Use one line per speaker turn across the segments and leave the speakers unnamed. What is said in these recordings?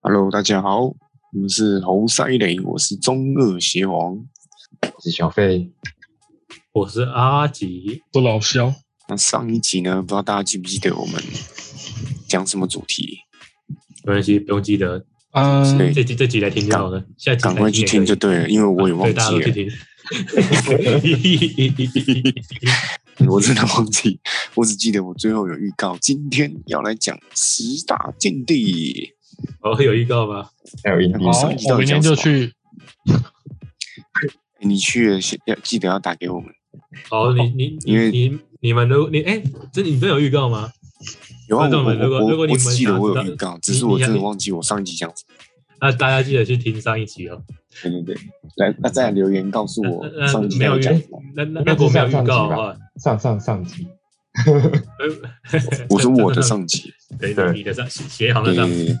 Hello，大家好，我们是猴塞雷，我是中二邪王。
我是小费，
我是阿吉，
我老肖，
那上一集呢，不知道大家记不记得我们讲什么主题？
没关系，不用记得，
啊，
对
这集这集来听就好了，下集
赶快去听就
就
对了，因为我也忘
对，大家
记
都去
了，
听。
我真的忘记，我只记得我最后有预告，今天要来讲十大禁地。
哦，有预告吗？
还有印地
好，
上
手
一集到
我
底讲
明天
什么
就去，
你去了，先要记得要打给我们。
哦，你你
因为
你你你们如你哎，这你们有预告吗？
有啊，
观众
我
们如果
我
如
我
果你
我
们
只记得
想
我有
知道
预告，只
你
是我
你
真的
你
忘记我上一集讲什么。
那大家记得去听上一集哦。
对对对，来，那再来留言告诉
那
我
那
上一集
呃没
要
有预
讲什么。
那那
应
那
该
如果
是
没
上
有预
上集
告的
吧
话，，
上上上集，
呃
我说我的，上集，
对
对
你的上协行
对
的上
对。对对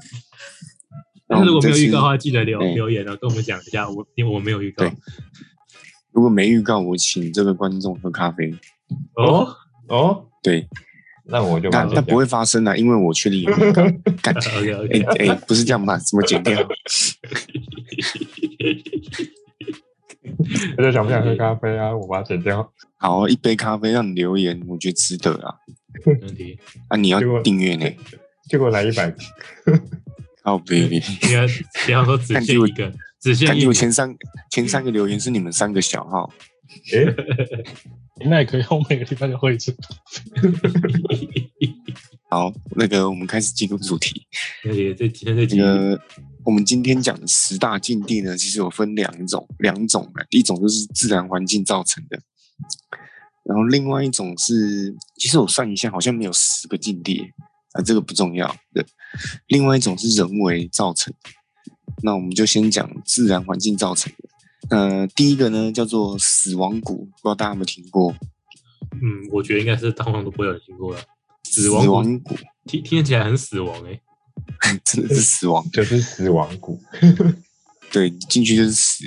但是如果没有预告的，
那我们这次
话，记得留
对
留言哦，跟我们讲一下。我因为我没有预告
对如果没预告，我请这个观众喝咖啡。
哦，
哦，
对，
那我就把
那
它
那不会发生啊的，因为我 确定有预告。干，
OK OK
哎。哎，不是这样吧？怎么剪掉？
我就想不想喝咖啡啊？我把它剪掉。
好，一杯咖啡让你留言，我觉得值得啊。
没问题。
啊，你要
结果
订阅呢？哦
结果来一百，
靠，baby，
应该比方说只
看
限
就
一个，只限
感
一
觉
个
我。前三前三个留言是你们三个小号，
诶，
那也可以，我每个礼拜都会一次。
好，那个我们开始进入主题。
而且这今天这
这
集
个我们今天讲的十大禁地呢，其实有分两种，两种啊，一种就是自然环境造成的，然后另外一种是，其实我算一下，好像没有十个禁地啊，这个不重要对，另外一种是人为造成的，那我们就先讲自然环境造成的。呃，第一个呢叫做死亡谷，不知道大家有没有听过？
嗯，我觉得应该是当然都不会有人听过了。死
死
亡谷
亡谷，
听听起来很死亡哎、
真的是死亡。
就是死亡谷，
对，进去就是死。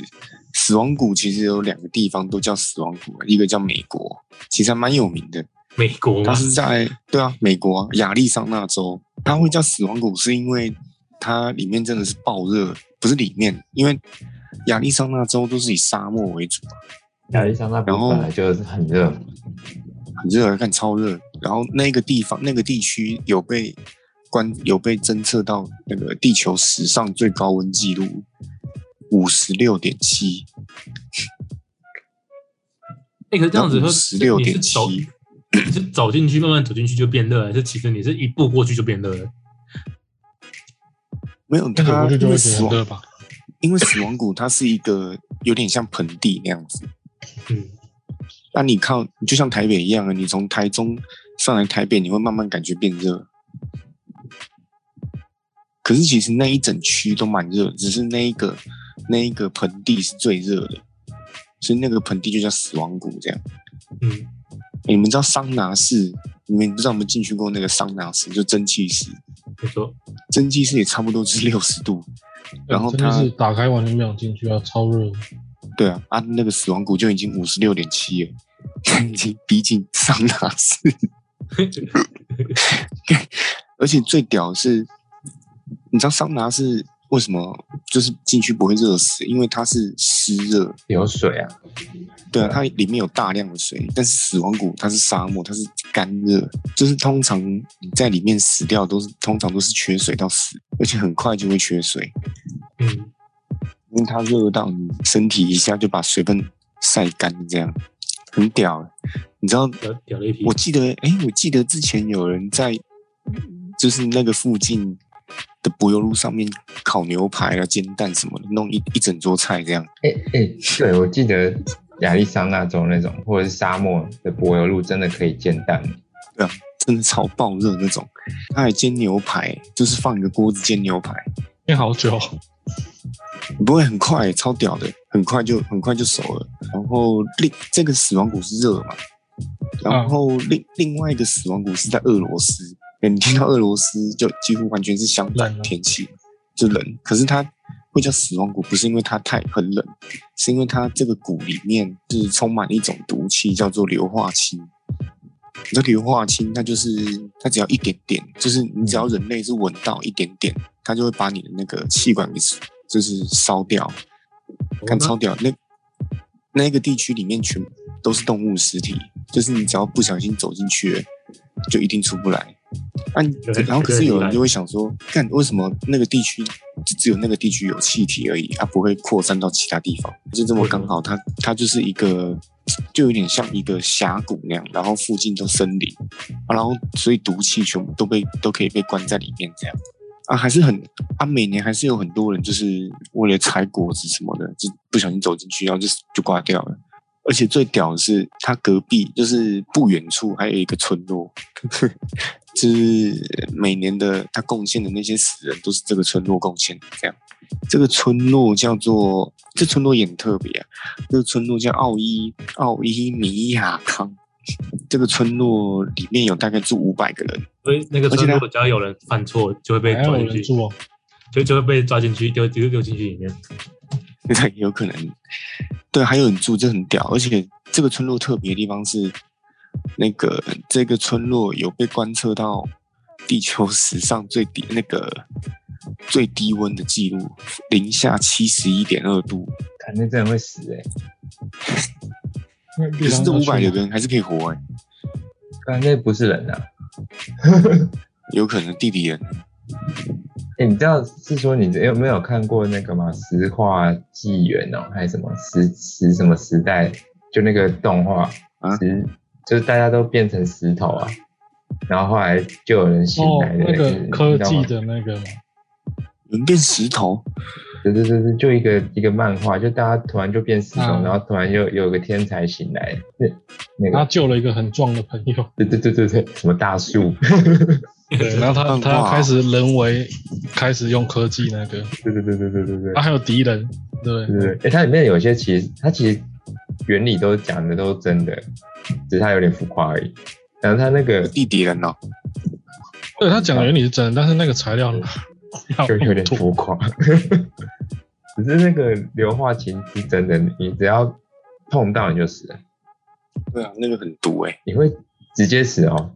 死亡谷其实有两个地方都叫死亡谷，啊一个叫美国，其实还蛮有名的。
美国
它
吗？
是在对啊，美国啊亚利桑那州，它会叫死亡谷，是因为它里面真的是爆热，不是里面，因为亚利桑那州都是以沙漠为主嘛，
亚历山大不
然后
是本来就是很热吗，
很热，看超热。然后那个地方那个地区有被关有被侦测到那个地球史上最高温记录五十六点七，
哎、可是这样子说，
16.7
你是走，你是走进去慢慢走进去就变热，还是其实你是一步过去就变热了？
没有
那个
它
我就觉
因
得
为
觉
死
得很
亡
热吧，
因为死亡谷它是一个有点像盆地那样子，
嗯，
那你靠就像台北一样啊，你从台中上来台北，你会慢慢感觉变热。可是其实那一整区都蛮热，只是那一个那一个盆地是最热的，所以那个盆地就叫死亡谷这样。
嗯，
你们知道桑拿室？你们不知道有没有进去过那个桑拿室，就蒸汽室，
你说
蒸汽室也差不多就是六十度，然后
真的
它
是打开完全没有进去啊，超热。
对啊，啊，那个死亡谷就已经五十六点七了， 已经逼近桑拿市。而且最屌的是，你知道桑拿是为什么就是进去不会热死？因为它是湿热，
有水啊，
对啊，它里面有大量的水。但是死亡谷它是沙漠，它是干热，就是通常你在里面死掉都是通常都是缺水到死，而且很快就会缺水，
嗯，
因为它热到你身体一下就把水分晒干，这样很屌欸、你知道
屌屌了一批
我，记得，哎、我记得之前有人在，就是那个附近的柏油路上面烤牛排啊、煎蛋什么的，弄一一整桌菜这样。
诶诶，对我记得亚历山大州那种或者是沙漠的柏油路真的可以煎蛋，
啊真的超爆热那种，他还煎牛排，就是放一个锅子煎牛排，
练好久，
你不会很快，超屌的，很快就很快就熟了。然后另这个死亡谷是热嘛，然后另、另外一个死亡谷是在俄罗斯，诶你听到俄罗斯就几乎完全是相反
冷啊
天气，就冷。可是它会叫死亡谷，不是因为它太很冷，是因为它这个谷里面就是充满一种毒气，叫做硫化氢。
嗯
你知道硫化氢，它就是它只要一点点，就是你只要人类是闻到一点点，它就会把你的那个气管给就是烧掉，
哦
看超屌！那那一个地区里面全都是动物尸体，就是你只要不小心走进去了，就一定出不来。啊，你
有人
然后可是
有人
有人
来
就会想说，干为什么那个地区只只有那个地区有气体而已，它、不会扩散到其他地方？就这么刚好，它它就是一个，就有点像一个峡谷那样，然后附近都森林，啊、然后所以毒气全部都被都可以被关在里面这样。啊，还是很啊，每年还是有很多人就是为了采果子什么的，就不小心走进去，然后就就挂掉了。而且最屌的是，他隔壁就是不远处还有一个村落，就是每年的他贡献的那些死人都是这个村落贡献的。这样，这个村落叫做这村落也很特别啊，这个村落叫奥伊奥伊米亚康。这个村落里面有大概住五百个人，
所以那个
而且
村
他
如果只要有人犯错，就会被
还
抓
有
进
人
去，
住哦，
就就会被抓进去丢丢丢进去里面。
那有可能。对，还有人住，这很屌。而且这个村落特别的地方是，那个这个村落有被观测到地球史上最低那个最低温的记录，零下七十一点二度。
看那真的会死哎、
那
可是这五百
地
个
方
人还是可以活哎、
看那不是人啊！
有可能地底人
哎、你知道是说你有没有看过那个吗？石化纪元哦，还是什么石石什么时代？就那个动画，
啊
石就是大家都变成石头啊，然后后来就有人醒
哦
来，的、
那个科技
你知道吗
的那个嘛，
有人变石头，
对对对对，就一个一个漫画，就大家突然就变石头，
啊
然后突然又又有个天才醒来，那那
他
个
救了一个很壮的朋友，
对对对对对，什么大树，
对，然后他
很棒啊
他开始人为开始用科技那个，啊
对对对对对对对
他还有敌人，对
对，对，哎、它里面有些其实它其实原理都讲的都是真的，只是它有点浮夸而已。然后它那个
有地底人哦。
对他讲的原理是真的，但是那个材料哪哪
就有点
土
浮夸， 只是那个硫化氢是真的，你只要碰到你就死了，
对啊，那个很毒哎、
你会直接死哦，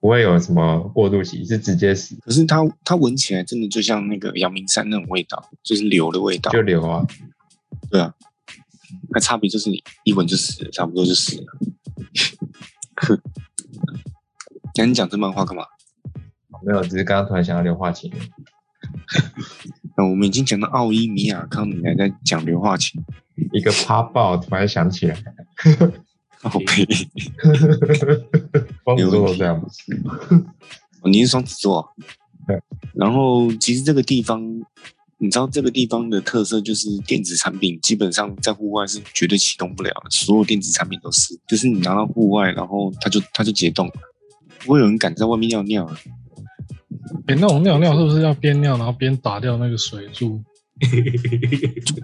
不会有什么过渡期，是直接死
可是它它闻起来真的就像那个阳明山那种味道，就是硫的味道。
就硫啊。
对啊，那差别就是你一闻就死了，差不多就死了。 那你讲这漫画干嘛？
没有，只是刚刚突然想到硫化氢，
那我们已经讲到奥伊米亚康，你还在讲硫化氢，
一个啪爆，突然想起来，
好悲。
光
没问
做
题
这样吗？
哦你是双子座啊、
对
然后其实这个地方，你知道这个地方的特色就是电子产品基本上在户外是绝对启动不了的，所有电子产品都是，就是你拿到户外，然后它就它就解冻了，不会有人敢在外面尿尿了。
哎、那种尿尿是不是要边尿然后边打掉那个水柱？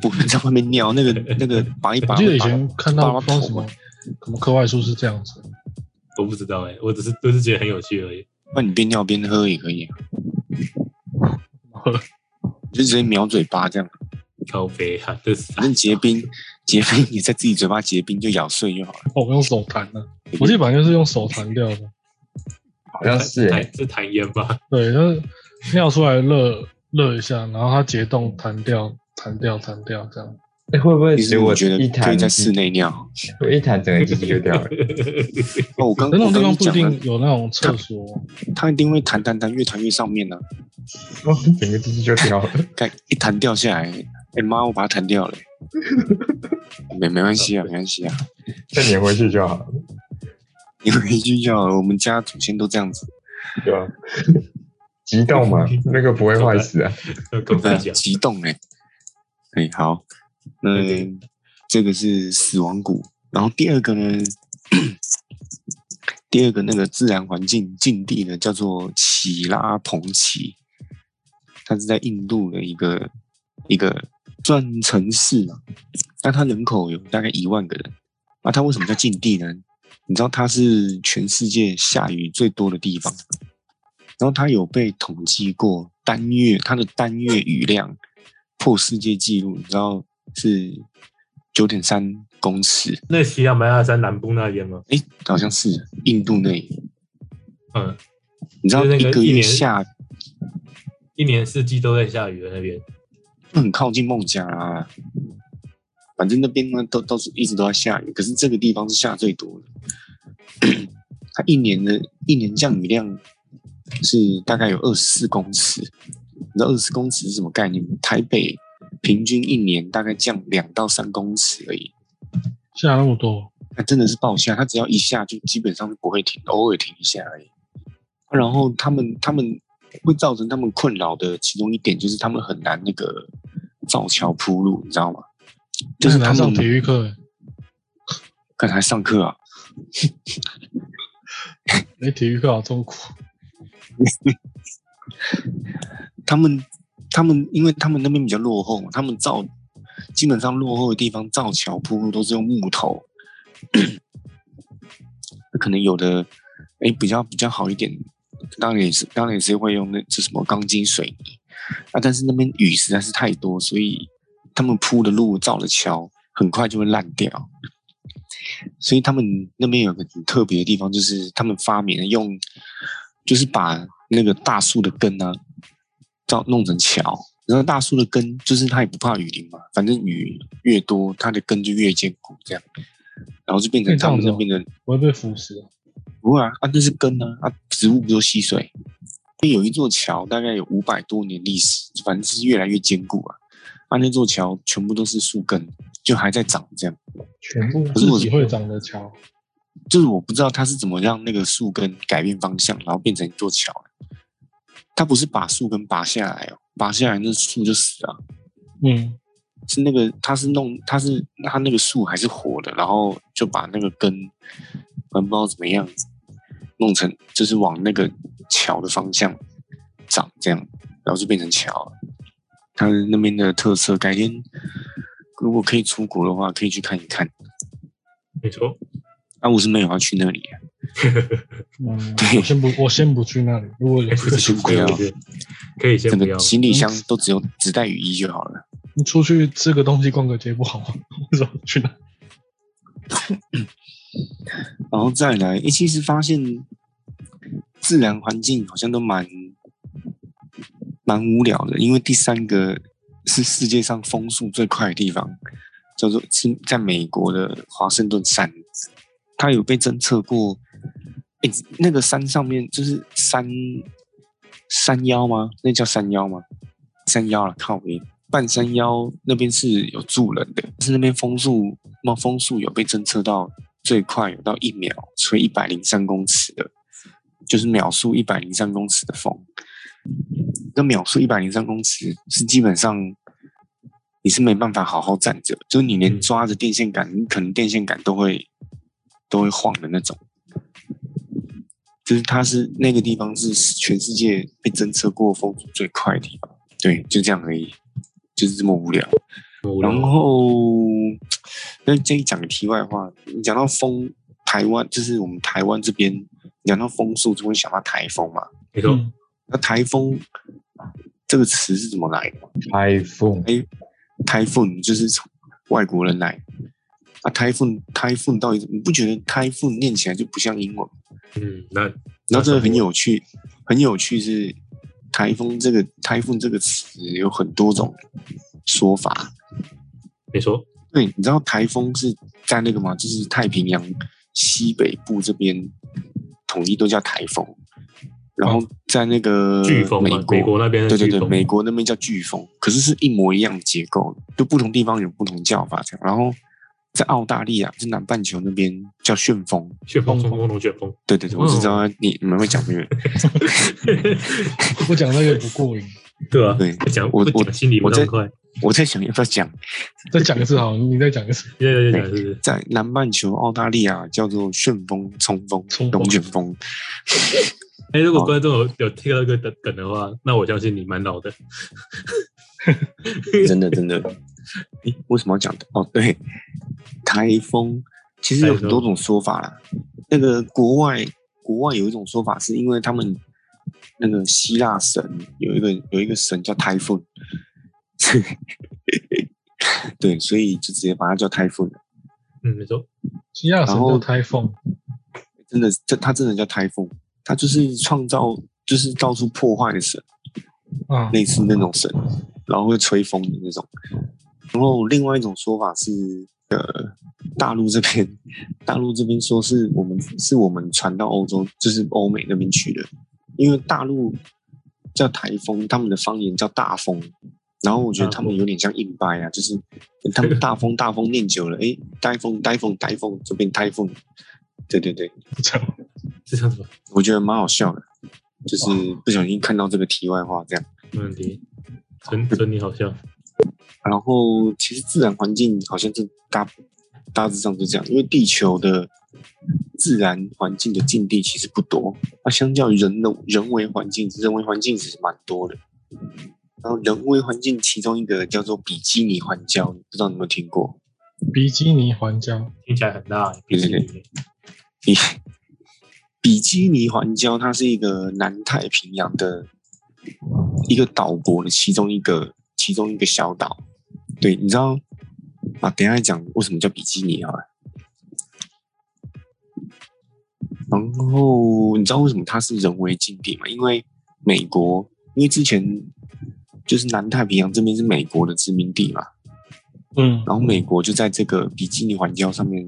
不会在外面尿，那个那个拔一
我
拔，
记得以前看到
拔
不知道什么什么课外书是这样子，
我不知道哎、我只是我只是觉得很有趣而已。
那你边尿边喝也可以啊，你就直接秒嘴巴这样，
靠背啊，这是
反正结 冰，结冰你在自己嘴巴结冰就咬碎就好了。
哦我用手弹的、我记得反正就是用手弹掉的。
好
啊
像是
欸
哎、
弹是弹烟吧？
对，就是尿出来热热一下，然后它解冻弹掉，弹掉，弹掉这样。
哎会不会
其
结
实
果
我觉得
一
可
弹
以在室，内尿。
我一弹整个鸡鸡就 掉了。
哦，我刚
可是那
我
种地
刚刚
方不一
讲啊了
定，有那种厕所，
它一定会弹弹弹，越弹越上面呢、
哦，整个机器就掉了。
看一弹掉下来，哎、妈，我把它弹掉 了、没没关系啊，没关系啊，
再粘回去就好了，
你回去就好了。我们家祖先都这样子，
对吧？激动嘛，那个不会坏死啊。
跟
对啊
分享，
激动哎、哎、好，
对
嗯，这个是死亡谷，然后第二个呢，第二个那个自然环境境地呢叫做奇拉彭奇，它是在印度的一个一个算城市嘛，那它人口有大概一万个人，那它为什么叫禁地呢？你知道它是全世界下雨最多的地方，然后它有被统计过单月它的单月雨量破世界纪录，你知道是九点三公尺，
那喜羊马亚山南部那边吗？
诶，好像是印度那里，
嗯，
你知道
就是那个
一个
一
月
年
下
一年四季都在下雨的那边。
就很靠近孟加拉。反正那边呢都都是一直都在下雨，可是这个地方是下最多的。 它一年的一年降雨量是大概有二十四公尺，你知道二十四公尺是什么概念吗？台北平均一年大概降两到三公尺而已，
下那么多，
那真的是爆下，它只要一下就基本上是不会停，偶尔停一下而已。然后他们他们会造成他们困扰的其中一点就是他们很难那个造桥铺路，你知道吗？就是他
那很难上
们
体育课欸，
刚才上课啊，
没哎体育课好痛苦。
他们他们因为他们那边比较落后，他们造基本上落后的地方造桥铺路都是用木头，可能有的哎比较比较好一点，当然也是当然也是会用那这什么钢筋水泥啊，但是那边雨实在是太多，所以他们铺的路造的桥很快就会烂掉。所以他们那边有个很特别的地方，就是他们发明了用，就是把那个大树的根啊，造弄成桥。然后大树的根就是它也不怕雨淋嘛，反正雨越多，它的根就越坚固，这样，然后就变成他们那边的
我会被腐蚀啊。
不会啊，啊那是根啊，啊植物不都吸水？那有一座桥，大概有五百多年历史，反正是越来越坚固啊。啊那座桥全部都是树根，就还在长这样。
全部
可是我
自己会长的桥，
就是我不知道它是怎么让那个树根改变方向，然后变成一座桥的。它不是把树根拔下来哦，拔下来那树就死啊。
嗯，
是那个它是弄它是它那个树还是活的，然后就把那个根，反正不知道怎么样弄成，就是往那个桥的方向长这样，然后就变成桥了。它那边的特色，改天如果可以出国的话，可以去看一看。
没错，
啊，我是没有要去那里，啊
嗯
对
我先不，我先不去那里。如果有
这个
先不要
可以先
整
不要嗯
个。行李箱都只有只带雨衣就好了。
你出去吃个东西、逛个街不好吗？ 为什么去那？
然后再来，诶，其实发现自然环境好像都蛮蛮无聊的，因为第三个是世界上风速最快的地方，叫做是在美国的华盛顿山，它有被侦测过，诶，那个山上面就是山山腰吗？那叫山腰吗？山腰了，靠边。半山腰那边是有住人的，但是那边风速，那风速有被侦测到最快有到一秒吹一百零三公尺的，就是秒速一百零三公尺的风。那秒速一百零三公尺是基本上你是没办法好好站着，就是你连
嗯
抓着电线杆，你可能电线杆都会都会晃的那种。就是它是那个地方是全世界被侦测过风速最快的地方，对，就这样而已，就是这么无聊。然后，那这一讲个题外话，你讲到风，台湾就是我们台湾这边你讲到风速，就会想到台风嘛。
没错，
嗯
那台风这个词是怎么来的？
iPhone
台风就是从外国人来。啊，台风，台风到底怎么？你不觉得台风念起来就不像英文吗？
嗯，那
然后这个很有趣，很有趣是台风这个台风这个词有很多种说法。
没错，
对，你知道台风是在那个吗？就是太平洋西北部这边统一都叫台风，然后在那个
飓风
呃美
嘛，美国那边的
对对
飓
对，
风，
美国那边叫飓风，可是是一模一样的结构，就不同地方有不同叫法这样。然后在澳大利亚，就南半球那边叫旋风。
旋风、冲锋、龙卷风，
对对对，我只知
哦
道你你们会讲这个。
不讲那个也不过瘾。
对啊，
对
不讲
我
不
我
讲心里不
我在
痛快，
我在想要不要讲，
再讲一次好了，你再讲一次。
对对对，讲是不是
在南半球澳大利亚叫做旋风、冲锋
冲、锋
龙卷风。
哎，如果
好
观众有有听到这个梗梗的话，那我相信你蛮老的。
真的真的。诶，为什么要讲的？哦，对，台风其实有很多种说法啦。那个国外国外有一种说法，是因为他们那个希腊神有一个有一个神叫台风， 对，所以就直接把它叫台风。
嗯，没错，
西亚神
然后
叫台风，
真的，这他真的叫台风，他就是创造，就是到处破坏的神。
嗯
类似那种神，然后会吹风的那种。然后另外一种说法是，呃，大陆这边， 大陆这边说是我们是我们传到欧洲，就是欧美那边去的，因为大陆叫台风，他们的方言叫大风。然后我觉得他们有点像硬掰啊，就是他们大风大风念久了，哎，呆风呆风呆风就变台风。对对对，
这样
是这样子吧？
我觉得蛮好笑的，就是不小心看到这个题外话这样。
没问题。真真你好笑，
然后其实自然环境好像就大大致上就这样，因为地球的自然环境的境地其实不多，那相较于人的人为环境，人为环境其实蛮多的。然后人为环境其中一个叫做比基尼环礁，不知道你有没有听过？
比基尼环礁，
听起来很大，比基尼
比比基尼环礁它是一个南太平洋的一个岛国的其中一个其中一个小岛。对，你知道啊？等一下再讲为什么叫比基尼好了。然后你知道为什么它是人为禁地吗？因为美国，因为之前就是南太平洋这边是美国的殖民地嘛，
嗯，
然后美国就在这个比基尼环礁上面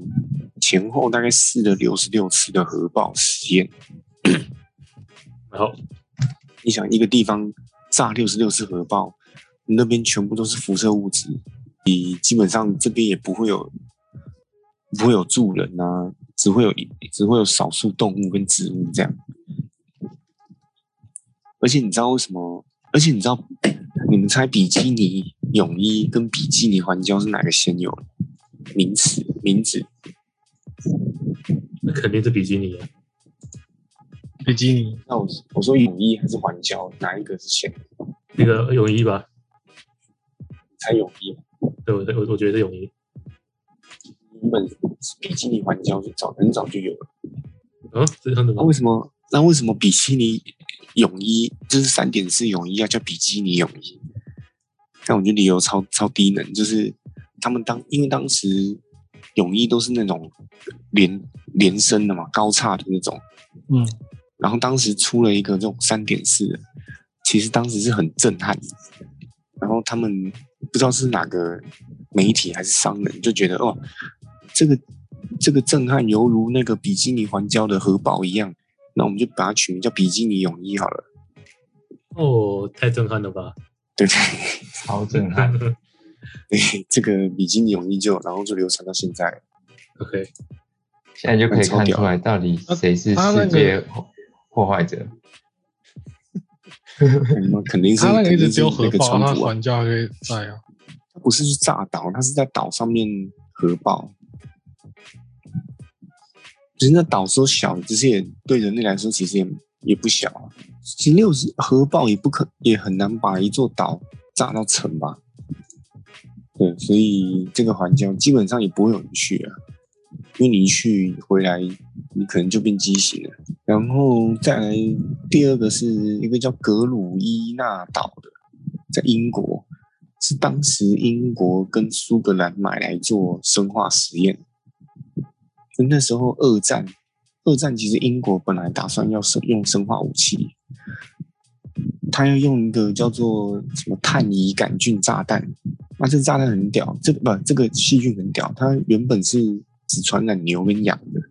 前后大概试了六十六次的核爆实验。
然后
你想一个地方炸六十六次核爆，那边全部都是辐射物质，你基本上这边也不会有不会有住人啊，只会有只会有少数动物跟植物这样。而且你知道为什么？而且你知道，你们猜比基尼泳衣跟比基尼环礁是哪个先有的名词？名字
那肯定是比基尼啊，
比基尼
那我我说泳衣还是环礁，哪一个是先？
那个泳衣吧？
猜泳衣吧。
对我我我觉得是泳衣，
原本比基尼环礁就早很早就有了。
嗯，是这样子
那
吗？
为什么？那为什么比基尼泳衣就是三点式泳衣要叫比基尼泳衣？但我觉得理由超超低能，就是他们当因为当时泳衣都是那种连连身的嘛，高叉的那种，
嗯，
然后当时出了一个这种三点式的，其实当时是很震撼。然后他们不知道是哪个媒体还是商人就觉得哦，这个这个震撼犹如那个比基尼环礁的核爆一样，那我们就把它取名叫比基尼泳衣好了。
哦，太震撼了 吧！
对对
超震撼。
对，这个比基尼泳衣就然后就流传到现在。
OK，
现在就可以看出来到底谁是世界破坏者。
你们肯定是
他那个一
肯定
直
是
丢核
那个
爆，
川
他
普啊，
环礁还可以在啊，
它不是去炸岛，它是在岛上面核爆。只是那岛说小，只是也对人类来说其实也也不小啊。其实六十核爆也不可也很难把一座岛炸到沉吧？对，所以这个环礁基本上也不会有人去啊，因为你一去回来，你可能就变畸形了。然后再来第二个是一个叫格鲁伊纳岛的，在英国，是当时英国跟苏格兰买来做生化实验。就那时候二战，二战其实英国本来打算要生用生化武器，他要用一个叫做什么碳乙杆菌炸弹。那这个炸弹很屌，这个不这个细菌很屌，它原本是只传染牛跟羊的，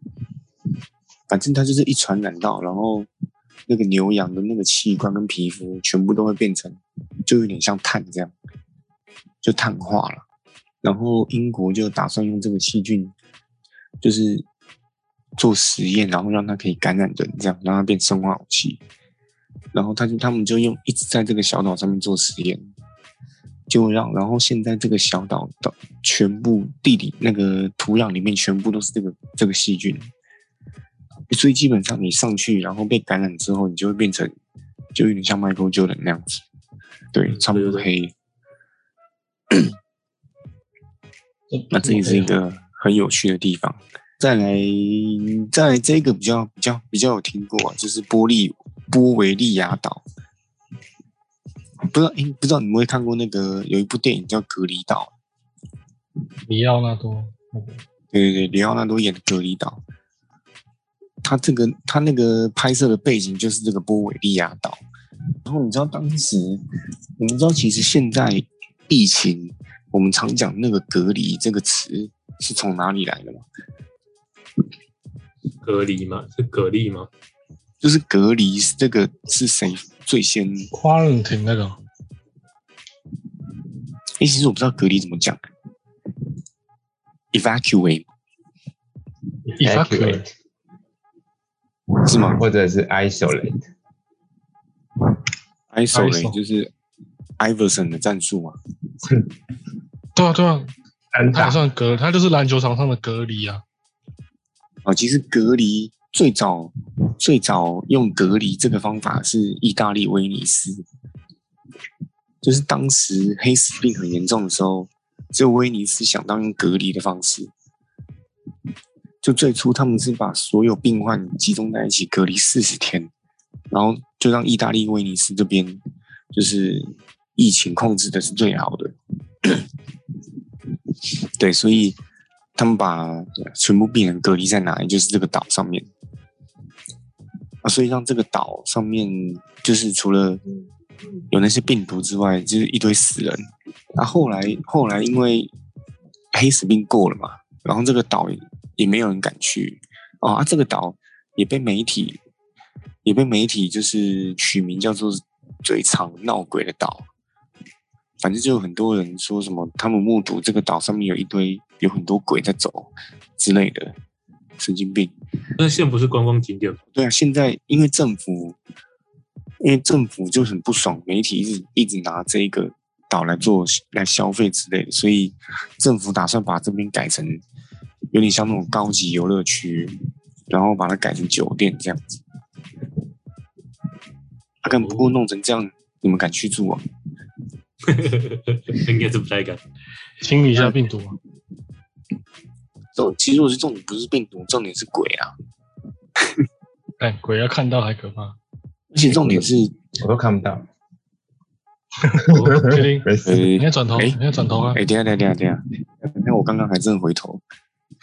反正它就是一传染到，然后那个牛羊的那个器官跟皮肤全部都会变成，就有点像碳这样，就碳化了。然后英国就打算用这个细菌，就是做实验，然后让它可以感染人，这样让它变生化武器。然后他就他们就用一直在这个小岛上面做实验，就让然后现在这个小岛的全部地理那个土壤里面全部都是这个这个细菌，所以基本上你上去然后被感染之后，你就会变成就有点像 Michael Jordan 那样子，对，
嗯
差不多
对对对
黑。那这也是一
啊
个很有趣的地方。再来，再来这个比较比较比较有听过、啊，就是波利波维利亚岛。不知道，诶不知道你们会看过那个有一部电影叫《隔离岛
里奥纳多》，
对对对，里奥纳多演的《隔离岛》，他这个他那个拍摄的背景就是这个波维利亚岛，然后你知道当时，你们知道其实现在疫情，我们常讲那个隔离这个词是从哪里来的吗？
隔离吗？是蛤蜊吗？
就是隔离这个是谁最先？
quarantine 那个
诶，其实我不知道隔离怎么讲，evacuate
Evacuate
是吗
或者是 isolate，
？isolate
Isolate
就是 Iverson 的战术嘛。
对啊对啊，
安
他也
打
算隔，他就是篮球场上的隔离啊。
哦，其实隔离最早最早用隔离这个方法是意大利威尼斯，就是当时黑死病很严重的时候，只有威尼斯想到用隔离的方式。就最初他们是把所有病患集中在一起隔离四十天，然后就让意大利威尼斯这边就是疫情控制的是最好的。对，所以他们把全部病人隔离在哪里？就是这个岛上面啊，所以让这个岛上面就是除了有那些病毒之外，就是一堆死人。那、后来后来因为黑死病过了嘛，然后这个岛也没有人敢去哦啊，这个岛也被媒体也被媒体就是取名叫做最常闹鬼的岛。反正就有很多人说什么，他们目睹这个岛上面有一堆有很多鬼在走之类的，神经病。
那现在不是观光景点吗？
对啊，现在因为政府，因为政府就很不爽，媒体一直一直拿这一个岛来做来消费之类的，所以政府打算把这边改成有点像那种高级游乐区，然后把它改成酒店这样子。啊，干不过弄成这样，你们敢去住啊？
应该是不太 敢。
清理一下病毒
嗯
啊，
重其实我是重点不是病毒，重点是鬼啊！
哎，鬼要看到还可怕。
而且重点是，
我都看不到，
哦
确定？
没
呃
事，，
你要转头，
哎
你要转头啊！
哎、等一下，等一下，等一下，等一下，我刚刚还正回头，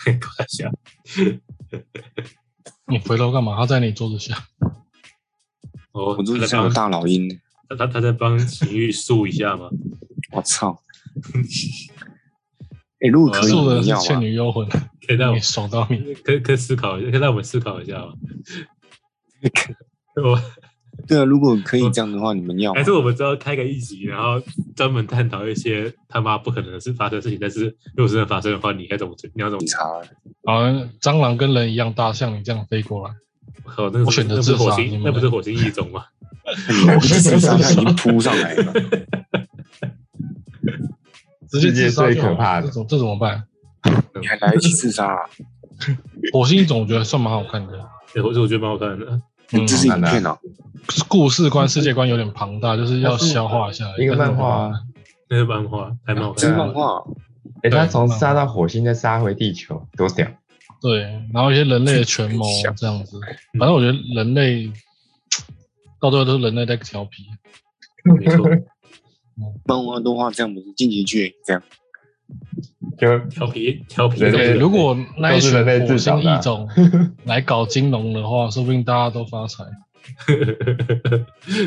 快下，
你回头干嘛？他在你桌子下，
哦，
我真的
他在
像有
帮
大老鹰，
他他他在帮情欲诉一下吗？
我操！ 哎、如果可以，
素的
你
是
要
倩
吗？
女幽 魂，
可以让我
你爽到你。
可以可以思考一下，可以让我们思考一下 吗？我
对啊，如果可以这样的话，你们要吗
还？是我们之后开个一集，然后专门探讨一些他妈不可能的事发生的事情，但是如果真的发生的话，你该怎么处？你要怎么
警？察啊
好，蟑螂跟人一样大，像你这样飞过来，
我靠，那个
我
是
选择
那不是
自杀
火
你
星，那
们
不是火星异种吗？
自杀，他已经扑上来了。
直接自杀
世界最
就好
可怕的
这种这怎么办？
你还来得及自杀、啊？
火星种我觉得算蛮好看 的，
对，我我觉得蛮好看的。
嗯，
这是影片哦、
故事观、世界观有点庞大，就是要消化一下。
一个漫画啊。
那是漫画，还蛮好
这是
看的。
漫画哦、
哎，他从杀到火星，再杀回地球，多屌！
对，然后一些人类的权谋这样子，
嗯
反正我觉得人类到最后都是人类在调皮。
没错，
漫画动画这样不是进击剧这样，
就
调皮调皮
人类
对，
的
如果那一
都
群
是人类
火
自找
星
的啊
异 种来搞金融的话，说不定大家都发财，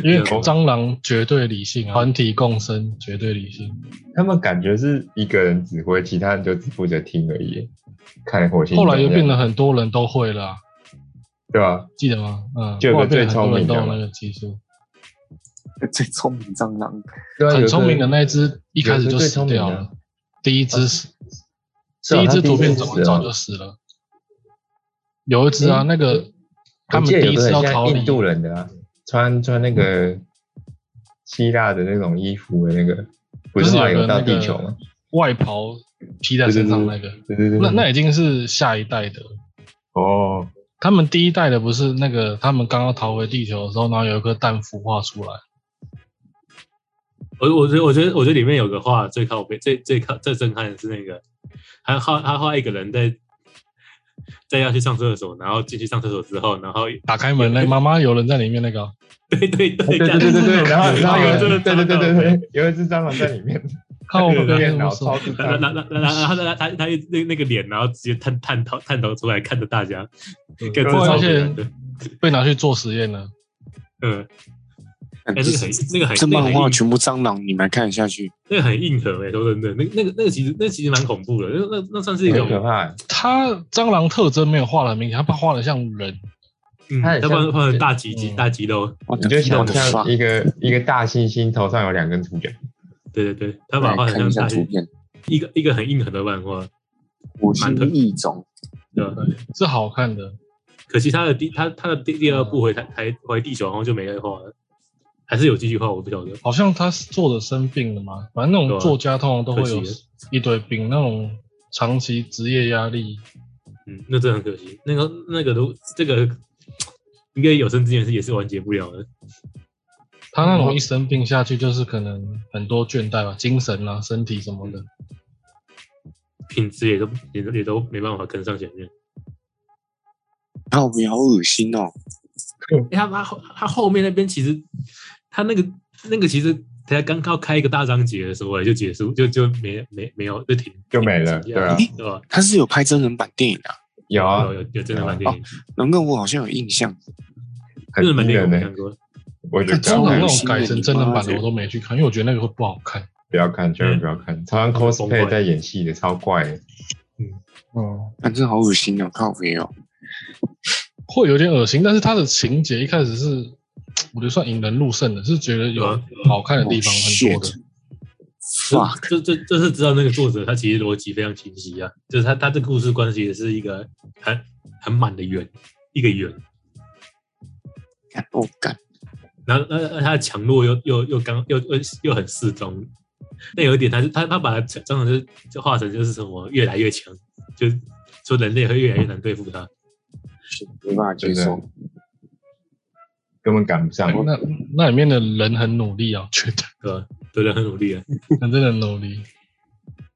因为蟑螂绝对理性啊，团体共生绝对理性。
他们感觉是一个人指挥，其他人就只负责听而已。看火星怎
后
么样，
来就变得很多人都会了啊，
对吧？
记得吗？嗯，
就有
后
个
来变得很多人
最聪明的嘛
都有那个技术，
最聪明蟑螂，
对啊
很
有
聪明的
人
那一只一开始
有
就
个最
死
聪明
掉
的啊
了，第一只死，
是
第
啊
一
它
只
第一
突
只
变
就
种
死
早
了
就死了，有一只啊，
诶
那个他们
我记得
第
有
一
个
次
很
要
像
逃离
印度人的、啊，穿穿那个希腊的那种衣服的那个，不
就是是
后来
有个
有到
那
地
个
球吗？
外袍披在身上那个，
对对对，
那
对
那已经是下一代的了。
哦，
他们第一代的不是那个，他们刚刚逃回地球的时候，然后有一颗蛋孵化出来，
我我觉得我觉得我觉得里面有个画最靠背最最靠最震撼的是那个，他画他画一个人在在要去上厕所，然后进去上厕所之后，然后
打 开门那哎妈妈有人在里面那个，
对对对
哦对对对对对，然后然后有
有
一
一只
只，对对对对
蟑螂
对，有一只蟑螂在里面，
靠我
那个
们
电脑
是
超智
然后
障，
然后然后然后他他那那个脸，然后直接探探头探头出来看着大家，跟
对
着
而
照
且
片的，
被拿去做实验了。
嗯，哎，那个 很那个很
这
那个
漫
很
画
硬
全部蟑螂，你们看得下去？
那个很硬核哎、欸，说真的，那那个那个其实那其实蛮恐怖的，那那那算是一
很
种，
可怕欸。
他蟑螂特征没有画的明显，他把画的像人，
嗯，
它很
要不然
像
换成大鸡鸡
嗯
大肌肉，
我
你就想象
发，
一个一个大猩猩头上有两根触角，
对对对，他把
来
它画
看
成
一
像
下
大
图
鸡
片，
一个一个很硬核的漫画，
我是
蛮特
异种，
对吧？
是好看的。
可惜他的第他他的第第二部回台台回地球好像就没再画了，还是有继续画，我不晓得。
好像他作者生病了嘛，反正那
对
种
啊
作家通常都会有
可惜
一堆病，那种长期职业压力，
嗯，那真的很可惜。那个那个如这个应该有生之年是也是完结不了的。
他那种一生病下去就是可能很多倦怠吧，精神啊、身体什么
嗯
的。
品质也都也都也都没办法跟上前面。
啊，我们好恶心哦！
哎、他他后他后面那边其实他那个那个其实才刚刚开一个大章节的时候就结束，就就没没没有就停
就没 了
停
对啊
停对吧？
他是有拍真人版电影的、啊，
有啊
有，有有真的蛮电影，
能跟我好像有印象，
很
真的蛮
低
电
人呢
影，我没。看过。
我觉得不
像
要
超恶
那
看
种，
心
改成真人版
你
的
妈
我都没去看，因为我觉得那个会不好看。
不要看，千万不要看。常常 cosplay
怪
在演戏的，超怪的。
嗯，
反正好恶心哦，靠没哦。
会有点恶心，但是他的情节一开始是，我觉得算引人入胜的，是觉得有
对啊
好看的地方很多的。
fuck，
这这这是知道那个作者他其实逻辑非常清晰啊，就是他他这故事关系也是一个很很满的圆，一个圆，
干我干，
然后呃呃他的强弱又又又刚又又又很适中，那有一点他是他他把它真的就就画成就是什么越来越强，就是说人类会越来越难对付他，
没办法接受。
根本赶不上。
那那里面的人很努力啊，我觉得
对吧？对人很努力啊，
人真的很努力。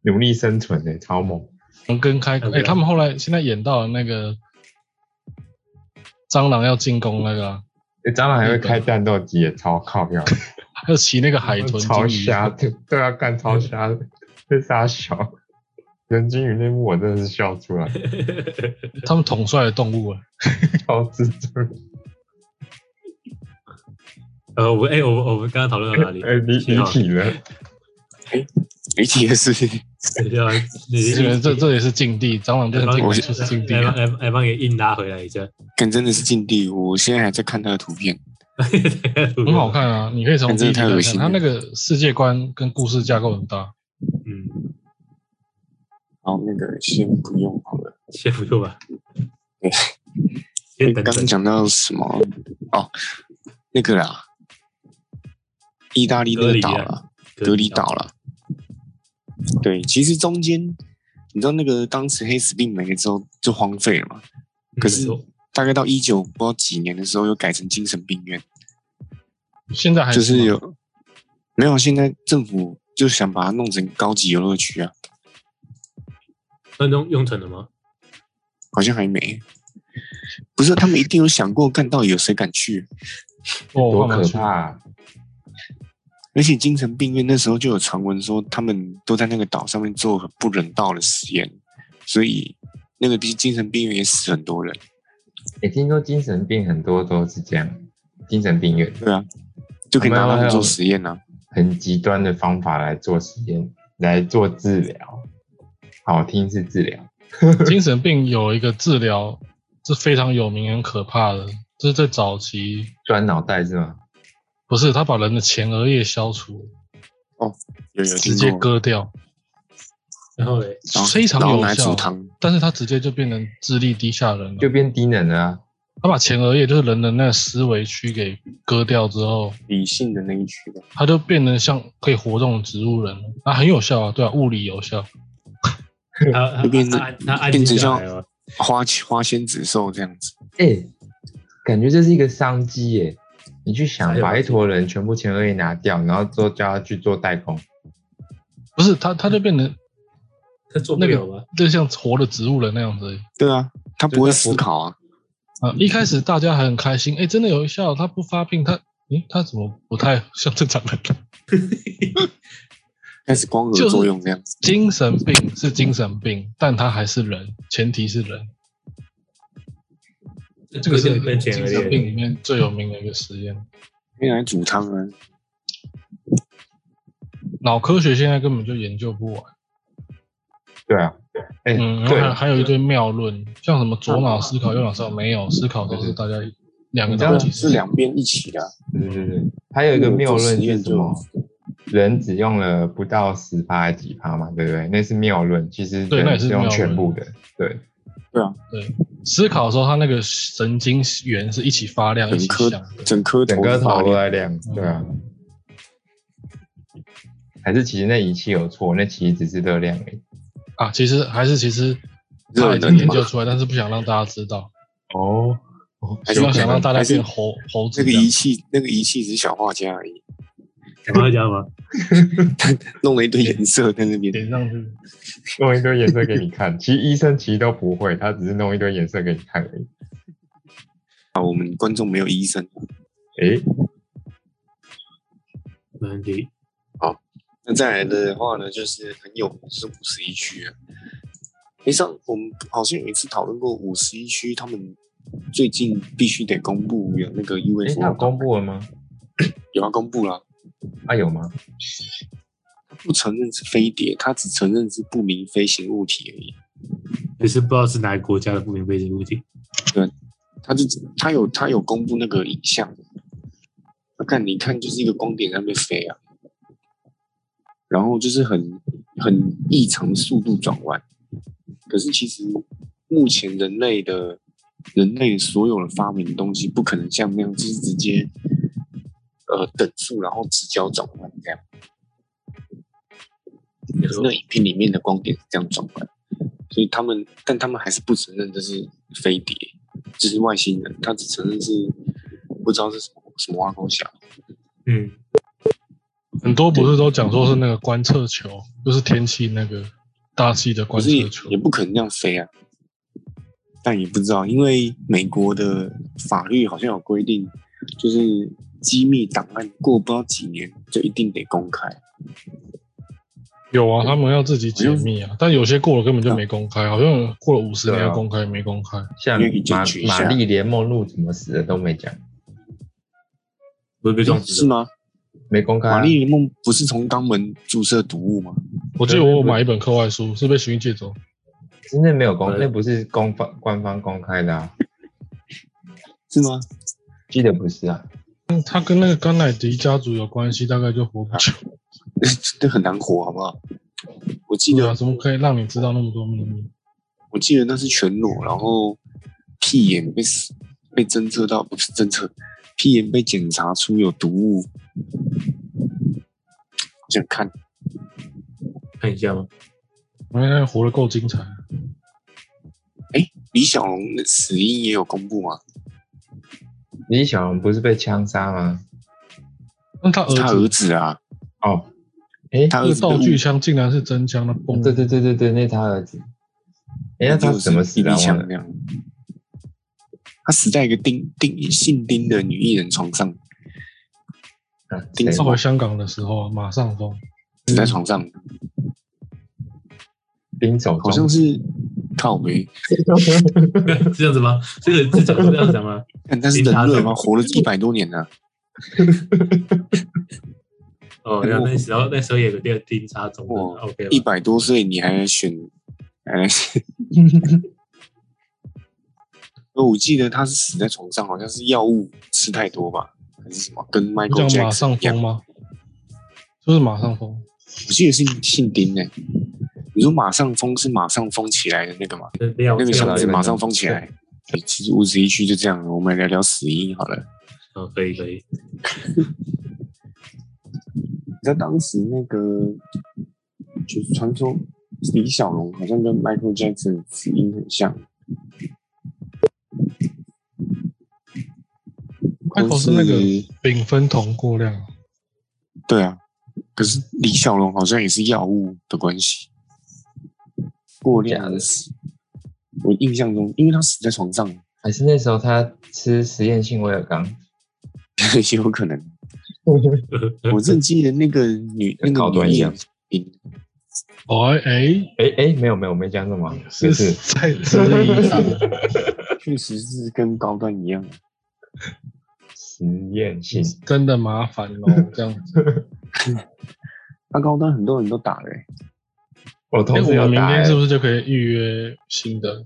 努力生存的、超猛。
能跟开，
对
哎、
不对
他们后来现在演到那个蟑螂要进攻那个啊、
欸蟑螂还会开战斗机，也超靠票，
还有骑那个海豚
超
鲸鱼
瞎
啊，
的， 对啊，干超瞎的， 被杀小。人金鱼那幕我真的是笑出来，
他们统帅的动物啊，
超自尊。
呃我哎、我我我们刚刚讨论到哪里？
哎，离
信
离
啊
号
体了，
媒体也是，
对啊，
这个这这也是禁地，蟑
哎
螂真的进
哎我哎
来
是
就是禁地
来
啊、
帮来帮哎来帮你硬拉回来一下，
干真的是禁地。我现在还在看他的图片，
很
很
好，看啊，你可以从
但
第
哎真
一
的
集
太恶
来看，
心
它
了
那个世界观跟故事架构很大，
嗯，
然后那个先不用好了。
先不用吧
对，
先等
刚刚
等，
讲到什么？哦，那个啦，意大利那个岛啦，隔离啊岛啦。对，其实中间你知道那个当时黑死病没了之后就荒废了嘛，
嗯
可是
没错
大概到一九不知道几年的时候又改成精神病院。
现在还
就是是
吗
有没有？现在政府就想把它弄成高级游乐区啊，
那用用成了吗？
好像还没。不是，他们一定有想过，看到底有谁敢去？
哦我
多
忘了
可
去
怕、啊！
而且精神病院那时候就有传闻说，他们都在那个岛上面做很不人道的实验，所以那个精神病院也死很多人。
也欸听说精神病很多都是这样，精神病院
对啊，就可以拿他们做实验啊。
很极端的方法来做实验，来做治疗。好听是治疗，
精神病有一个治疗是非常有名、很可怕的，这是在早期，
钻脑袋是吗？
不是他把人的前额叶消除，
有有
直
听
接
过，
割掉。
然后嘞，
然后
非常
然后
有
拿来
效
煮汤，
但是他直接就变成智力低下人
就
了。
变低能了啊！
他把前额叶，就是人的那个思维区给割掉之后，
理性的那一区的。
他就变成像可以活动的植物人了。啊，很有效啊，对啊，物理有效。
他他
就变成
他他安静
变成
下
像
来了，
花花仙子兽这样子，
哎、感觉这是一个商机耶！你去想
哎
还，有
把一坨人全部前额叶拿掉，然后之后叫他去做代工，
不是他，他就变成
他做不
那
了
个
吧？，
就像活的植物人那样子而已。
对啊，他不会思考啊，
啊，一开始大家还很开心，哎，真的有效，他不发病，他，诶，他怎么不太像正常人？
开始光合
就是
作用这样子。
精神病是精神病，但他还是人，前提是人。这个是
跟前
精
额
神病
叶
里面最有名的一个实验。
可以拿来煮汤啊。
脑科学现在根本就研究不完。
对啊，哎、
嗯，然后
对，
还还有一堆妙论，像什么左脑思
嗯
考，右脑思考没有，思考都是大家
哦
两个
你知道
当
脑筋
啊然是两边一起的啊、
对对对，还有一个谬论是什么
做？
人只用了不到十趴几趴嘛，对不对？那是谬论，其实
对那也
人
是
是用
谬论
全部的，对，
思考的时候，他那个神经元是一起发亮、一起
整颗
响的。
整颗
整
头
个
发
头都
亮
在亮，对啊。
嗯
还是其实那仪器有错，那其实只是热量而已。
啊，其实还是其实
热
他
能
已经研究出来，但是不想让大家知道，
哦，
还是
希望想让大家
还是
变猴猴子
那
这
个
样。
仪器，那个仪器只是小画家而已，
讲到家吗？
弄了一堆颜色在那边。
点上去，
弄一堆颜色给你看。其实医生其实都不会，他只是弄一堆颜色给你看而已。
我们观众没有医生，
诶，
没问题。
那再来的话呢，就是很有名，就是五十一区啊。诶，上我们好像有一次讨论过五十一区，他们最近必须得公布有那个
诶，他有
UFO，
公布了吗？
有要公布啦。
啊，有吗？
不承认是飞碟，他只承认是不明飞行物体而已。
也是不知道是哪个国家的不明飞行物体。
他就他有他有公布那个影像，那看你看就是一个光点在那边飞啊，然后就是很很异常速度转弯。可是其实目前人类的人类所有的发明的东西，不可能像那样就是直接呃等速然后直角转弯这样。那个影片里面的光点是这样转过来，所以他们，但他们还是不承认这是飞碟，这是外星人，他只承认是不知道是什么什么挖沟小，
嗯，
很多不是都讲说是那个观测球，就是天气那个大气的
可
观
是也
测球
也。不可能这样飞啊。但也不知道，因为美国的法律好像有规定，就是机密档案过不到几年就一定得公开。
有啊，他们要自己解密啊，但有些过了根本就没公开，好像过了五十年
对啊
要公开没公开。
像
因为你
玛
进去一
玛
下
丽莲梦露怎么死的都没讲，
不哎是被撞死
是
的吗？
吗？
没公开啊、
玛丽莲梦不是从肛门注射毒物吗？
我记得我有买一本课外书，是被徐运借走。
真的没有
呃
公，
对
那不是公方官方公开的啊，
是吗？
记得不是啊。
嗯他跟那个甘乃迪家族有关系，大概就活不久。
这很难活，好不好？我记
对
得
啊，怎么可以让你知道那么多秘密？
我记得那是全裸，然后屁眼被死被侦测到，不是侦测，屁眼被检查出有毒物。想看，
看一下吗？
我现在活得够精彩。啊
李小龙的死因也有公布吗？
李小龙不是被枪杀吗？
那他儿
他儿
子，
子啊，
哦，诶，
他
那
儿
个
子被
道具
误
枪竟然是真枪，那
嗯
蹦
对对对对对，那他儿子。诶，那他
就是
怎么死
一
的
力
啊？忘
强
了
那样。他死在一个丁丁姓丁的女艺人床上，
啊
丁
谁
上回香港的时候啊，马上疯。
死
嗯
在床上，
丁守中
好像是靠北，
是这样子吗？这个是讲是这样 讲吗？
但但
哎
是
林
人
达
类
人
嘛，活了一百多年了、
哦，
嗯
那那时候那时候也有个电丁差中的
哇
，OK 哦
一
吧？
百多岁你还 选，还选？呃我记得他是死在床上，好像是药物吃太多吧，还是什么？跟
你
Michael
讲马上
Jackson 一样
疯，吗？就是马上疯，
我记得是姓丁诶、你说马上封是马上封起来的那个吗？
那样
那个
想
箱
法
子
有点
马上封起来。哎其实五十一区就这样，我们来聊聊死因好了。
哦，可以可以，
你知道当时那个就是传说李小龙好像跟 Michael Jackson 死因很像，
开头是那个丙酚酮过量啊，
对啊，可是李小龙好像也是药物的关系，过量而死。我印象中，因为他死在床上，
还是那时候他吃实验性威尔刚，
也有可能。我正记得那个女那
搞
个
短
女艺
一
人
样，
哦哎，
哎哎，没有没有，没讲什么，
是
是
是
是
在质疑他，
确实是跟高端一样，
实验性。
真的麻烦喽，这样子。
那高端很多人都打了欸、
我
哎、
同
我
事
们
有
明
打、
天是
欸，
不是就可以预约新的？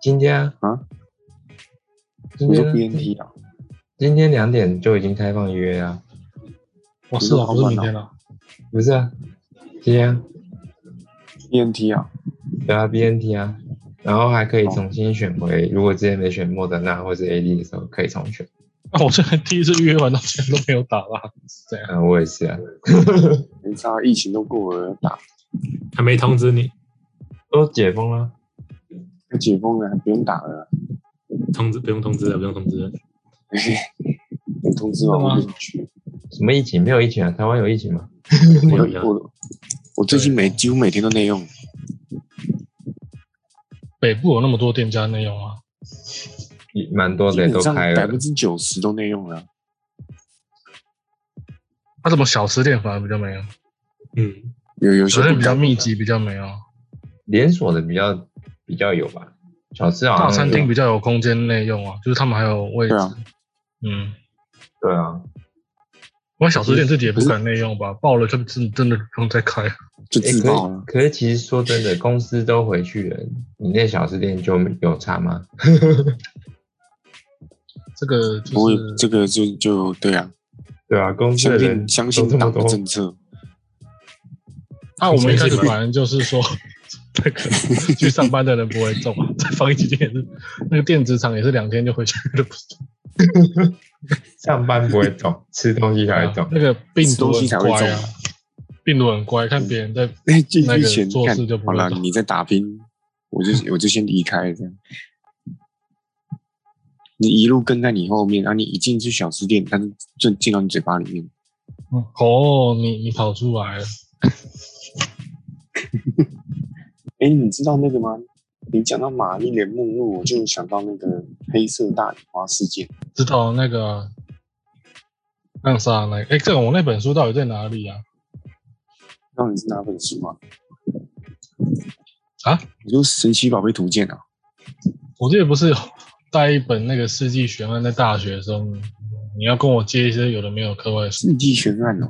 今天啊，
啊
今
你说
天
BNT 啊？
今天两点就已经开放预约啊，
哦，是哦，不是明天了。
不是啊，今天啊
BNT 啊，
对啊 BNT 啊，然后还可
哦
以重新选回，如果之前没选莫德纳或是 AD 的时候可以重选。
啊， 我现在第一次预约完到现在都没有打啦，是这样。
嗯、我也是啊，
没差，疫情都过了，打
还没通知你，
都解封了，
要解封了，还不用打了，
通知不用通知了，不用通知了。
等通知完
真的吗
我就去。
什么疫情？没有疫情啊，台湾有疫情吗？啊
没
我
有一样
我我最近每几乎每天都内用，
北部有那么多店家内用吗？
也蛮多
基
的
本
都
上
开
百
了
分，之九十都内用了啊。
那、啊怎么小吃店反而比较没有？
嗯，
有有些
小吃店
不
比较
敢啊
密集，比较没有。
连锁的比较比较有吧，小吃好像
大餐厅
有
比较有空间内用啊，就是他们还有位置。
啊对啊
嗯，
对啊，
我小吃店自己也不敢内用吧，爆了就真真的不用再开。
就
诶
自
可
爆啊
是
了。
可是其实说真的，公司都回去了，你那小吃店就有差吗？
这个
不
就
过
是
这个就就对啊，
对啊，公司
相
的人
信相信
都这
党
么
的
多，
政策，
啊，我们一开始反正就是说，那个去上班的人不会中啊，在防疫期间也是，那个电子厂也是两天就回去了，不是
上班不会懂，吃东西才会懂。
啊那个病
吃
毒
东西才
很
会
乖
中
啊，病毒很乖，看别人在
那 进
那
去
个
前
做
看
事就不
好
会
了，
懂
你在打拼，我就 我就先离开这样。你一路跟在你后面，然、啊、后你一进去小吃店，它就就进到你嘴巴里面。
嗯
哦，你你跑出来了，
哎，你知道那个吗？你讲到玛丽莲梦露，我就想到那个黑色大礼花事件。
知道那个啊那啥那个，哎，这个我那本书到底在哪里啊？
那你是哪本书吗？
啊？
你说《神奇宝贝图鉴》啊？
我记得不是有带一本那个《世纪悬案》在大学的时候，你要跟我借一些有的没有课外书。
世纪悬案哦，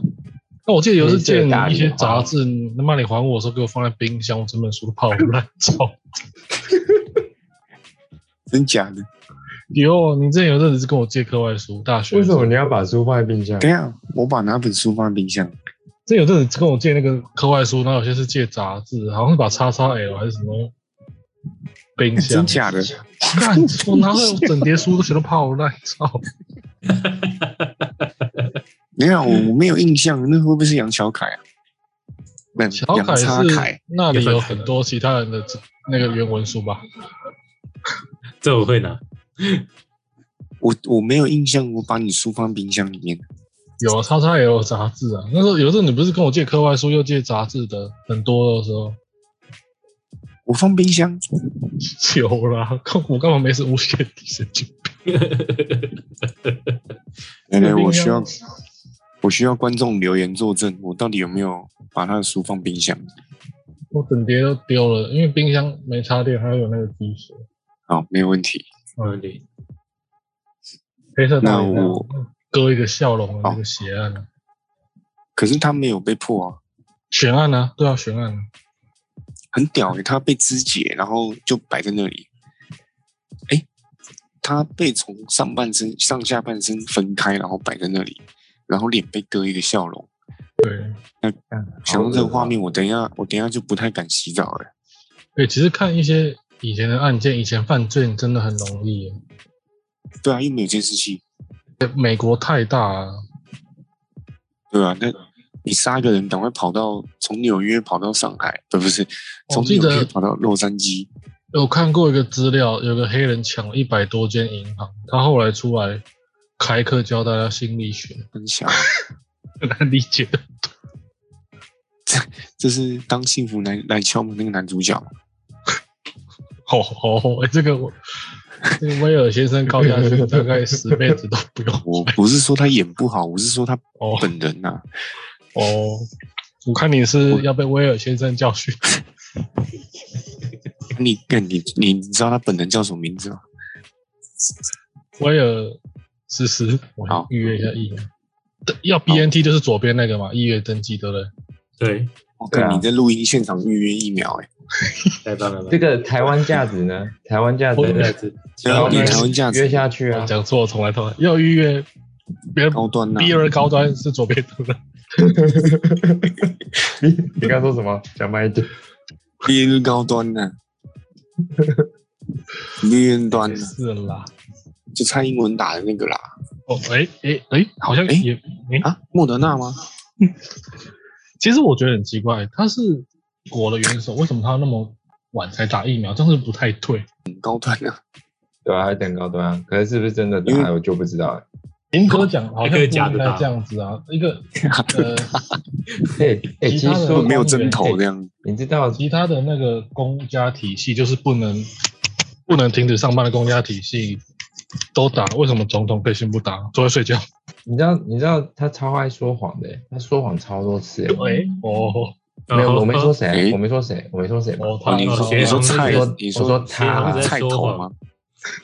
那我记得有一次借
你借大
你一
礼
些
花
杂志，你他妈你还我的时候给我放在冰箱，我整本书都泡烂掉。
真假的？
有，你之前有阵子是跟我借课外书，大学
为
的时
什
候
么你要把书放在冰箱？
等一下，我把哪本书放在冰箱？
之前有阵子跟我借那个课外书，然后有些是借杂志，好像是把叉叉 L 还是什么冰箱。
真假的？
看，我拿了整叠书都全都泡烂，操！
没有，我没有印象，那会不会是杨小凯啊？不，
小
杨
凯
叉
是
凯，
那里有很多其他人的那个原文书吧？
这我会拿。
我我没有印象，我把你书放冰箱里面。
有啊，叉叉也有杂志啊。那时候有时候你不是跟我借课外书，又借杂志的很多的时候，
我放冰箱，
有啦。看我干嘛没事无 限提神经病？
来来，哎我
冰箱
需要我需要观众留言作证，我到底有没有把他的书放冰箱？
我整叠都丢了，因为冰箱没插电，还有那个滴水。
好，没有问题。
没问题。
黑色大
那
礼
我哦
包割一个笑容的那个斜案啊，
可是他没有被破啊，
悬案啊，对啊，悬案啊。
很屌诶、他被肢解，然后就摆在那里。哎、他被从上半身、上下半身分开，然后摆在那里，然后脸被割一个笑容。
对，
想到这个画
好恶啊，
面，我等一下，我等一下就不太敢洗澡了。
对，其实看一些以前的案件，以前犯罪真的很容易耶。
对啊，又没有监视器。
美国太大啊了，
对啊，那
嗯
你杀一个人，赶快跑到从纽约跑到上海，不不是
哦
从
记
纽
得
约跑到洛杉矶，
有看过一个资料，有个黑人抢了一百多间银行，他后来出来开课教大家心理学，
很 小。
很难理解的。
这是当幸福来来敲门那个男主角，
哦哦，哎这个我这个威尔先生告下去，大概十辈子都不用。
我不是说他演不好，我是说他
哦
本人呐、
哦，我看你是要被威尔先生教训。
你干你你你知道他本人叫什么名字吗？
威尔思思，我
好
预约一下疫苗。对要 BNT 就是左边那个嘛，预约登记对不对？
对，
我
对啊
看你在录音现场预约疫苗，哎，
太棒了吧！
这个台湾价值呢？台湾价值
我
这样
呢
子，
然后
我
以
们
啊台湾价
约
值
下去啊
我！讲错，从来都要预约。别
高端呐、
B 二高端是左边读的，
你你刚说什么？讲慢一点。
b N 高端 呐、b N 端呐、
是啦。
就蔡英文打的那个啦，
哦，哎哎哎，好像
哎
也哎
啊，莫德纳吗？
其实我觉得很奇怪，他是国的元首，为什么他那么晚才打疫苗？真是不太对。
很高端呐、啊，
对啊，还等高端啊，可是是不是真的打
因为
我就不知道了。
严格讲，好像不
可以
应
假的
该
打
这样子啊。一个呃，
哎哎，
其
其
他的
实
都
说
没有针头这
的，
样。
你知道
其他的那个公家体系就是不能不能停止上班的公家体系都打，为什么总统可以先不打，坐在睡觉？
你知道你知道他超爱说谎的，欸他说谎超多次。欸
哎哦，
没有，我没
哦
说
哎
谁，啊我没说谁，我没说谁嘛。
哦
哦，你
他
说
哦
你说
我
蔡
说，
你
我说
说
协
他
皇
啦
在，
蔡
说
头
谎
吗？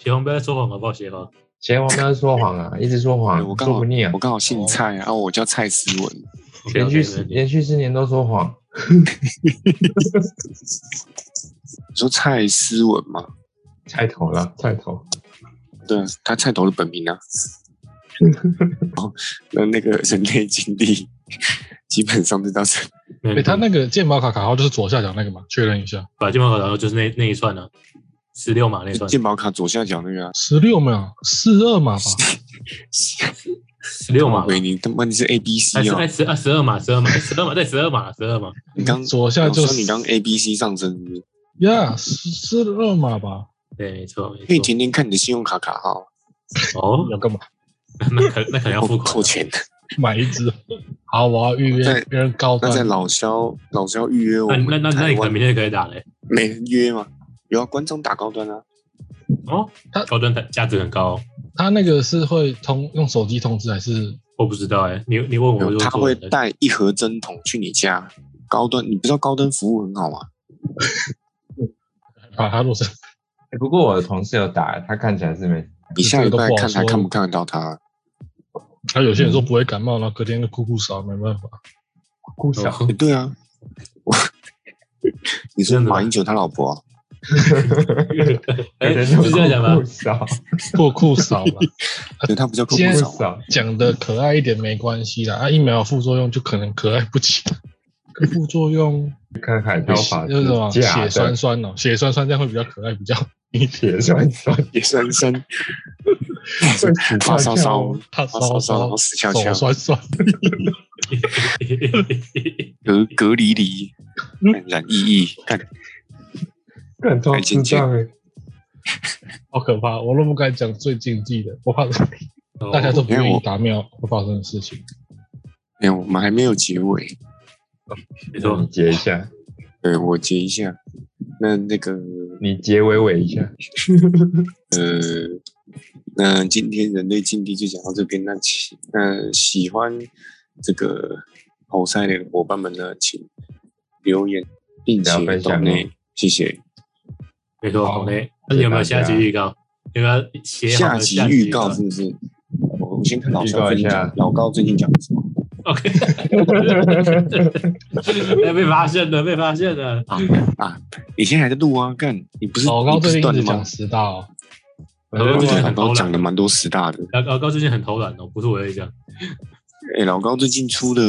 协皇不要再说谎好不好？协皇，
邪王刚说谎啊，一直说
哎
谎，
我刚
说
好
不腻啊
我，刚好姓
哦
蔡啊，我叫蔡思文。
连续
OK，OK，
十
没问题
连续四年都说谎。
你说蔡思文吗？
菜头 啦，菜头，
对啊，他菜头的本名啊。哦，那那个人类经历 基本上就到这。
没
哎、
问题
他那个健保卡卡号就是左下角那个嘛，确认一下，
把金毛狗然后就是那那一串呢，十六码那一串，
健保卡左下角那个啊，
十六码，四二码吧，
十六码吧，
喂，你他妈你是 A B C
还是
哦
还？十哎二十二码，十二码，十二码在十二码，十二码，
你刚
左下
我
就
说
是
你刚 A B C 上升是不是，
呀，四二码吧，
对，没错，
可
没
以
错。
天天看你的信用卡卡号，
哦，
要干嘛？
那可那可能要付
扣
款啊
扣
了，
钱。
买一只。好，我要预约
在
别人高
那
端
在老肖老肖预约我
那
们
啊那那那
台
你可能
湾
明天就可以打嘞。
没人约吗？有啊，观众打高端啊，
哦
他，
高端价值很高哦，
他那个是会通用手机通知还是？
我不知道哎，你你问我
有
就
他
做
会
的
带一盒针筒去你家。高端，你不知道高端服务很好吗？
把他落成
哎不过我的同事有打，他看起来是没。
你下礼拜看
这个都不好
还
说
看不看得到他？
还有些人说
嗯
不会感冒，然后隔天就酷酷烧，没办法。
故
哦
欸对啊， 我你
这
说
样子吗
马英九他老婆啊、
哎，是这样讲吧
故？少，
酷酷烧嘛，
对他不叫酷
现
酷
在
少
故，少，
讲的可爱一点没关系啦，啊，疫苗有副作用就可能可爱不起来。副作用
看海
有
涛
血
法
那什么
是假
血栓
的，
栓哦，血栓栓这样会比较可爱，比较
血栓栓
也算 算
会死
发烧烧，
怕
发哦烧
烧
烧，然
烧
后，死翘
手
翘，
酸酸。
隔隔离离，
嗯
感染异异，看
更痛智障哎！
好可怕！我都不敢讲最禁忌的，我怕大家都不愿意打苗会发生的事情。
没有，我们还没有结尾，
没错
你，截一下，
对我结一下。那那个
你结尾尾一下，
呃，那呃今天人类禁地就讲到这边。那喜那喜欢这个侯赛雷的伙伴们呢，请留言并
要
且
分
岛
享
内，谢谢。
没错，
好
好嘞。那你有没有
谢谢大
下
家
集预告？有没有写好
下
的
集
下集
预告是不是？我我先看老
预
肖
告
最
一
近
下
讲，老高最近讲的什么？
？OK，哎 被发现了，被发现了。
你啊现在还在录啊？干，你不是
老高
你不
哦最
是
近
断
一直
了
讲
吗？
十大哦，
对啊
最近
老
很偷
高讲
懒
了，蛮多十大的。
老老高最近很偷懒哦，不是我在讲。
哎，老高最近出的，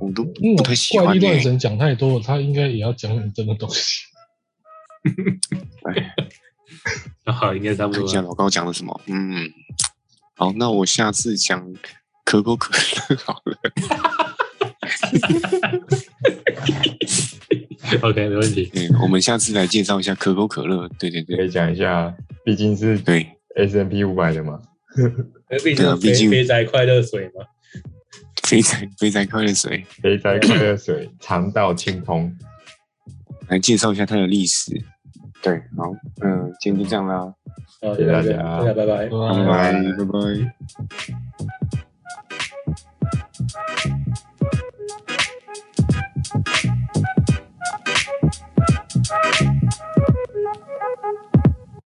我都
因为
不太喜
嗯怪
欢
力
欸
乱神讲太多了，他应该也要讲点真的东西。
好，应该差不
看一
多
下
了。
老高讲了什么。嗯，好，那我下次讲可口可乐好了。
OK，没问题。
嗯，我们下次来介绍一下可口可乐。对对
可
对
以讲一下，毕竟是
对
S M P 五百的嘛。
毕
对啊毕竟
宅快乐水嘛。
肥仔肥仔快乐水，
肥宅快乐水，肠道清通。
来介绍一下它的历史。对，好，嗯，今天就这样啦，
好
谢谢大家
拜拜。
拜
对吧
拜，拜拜。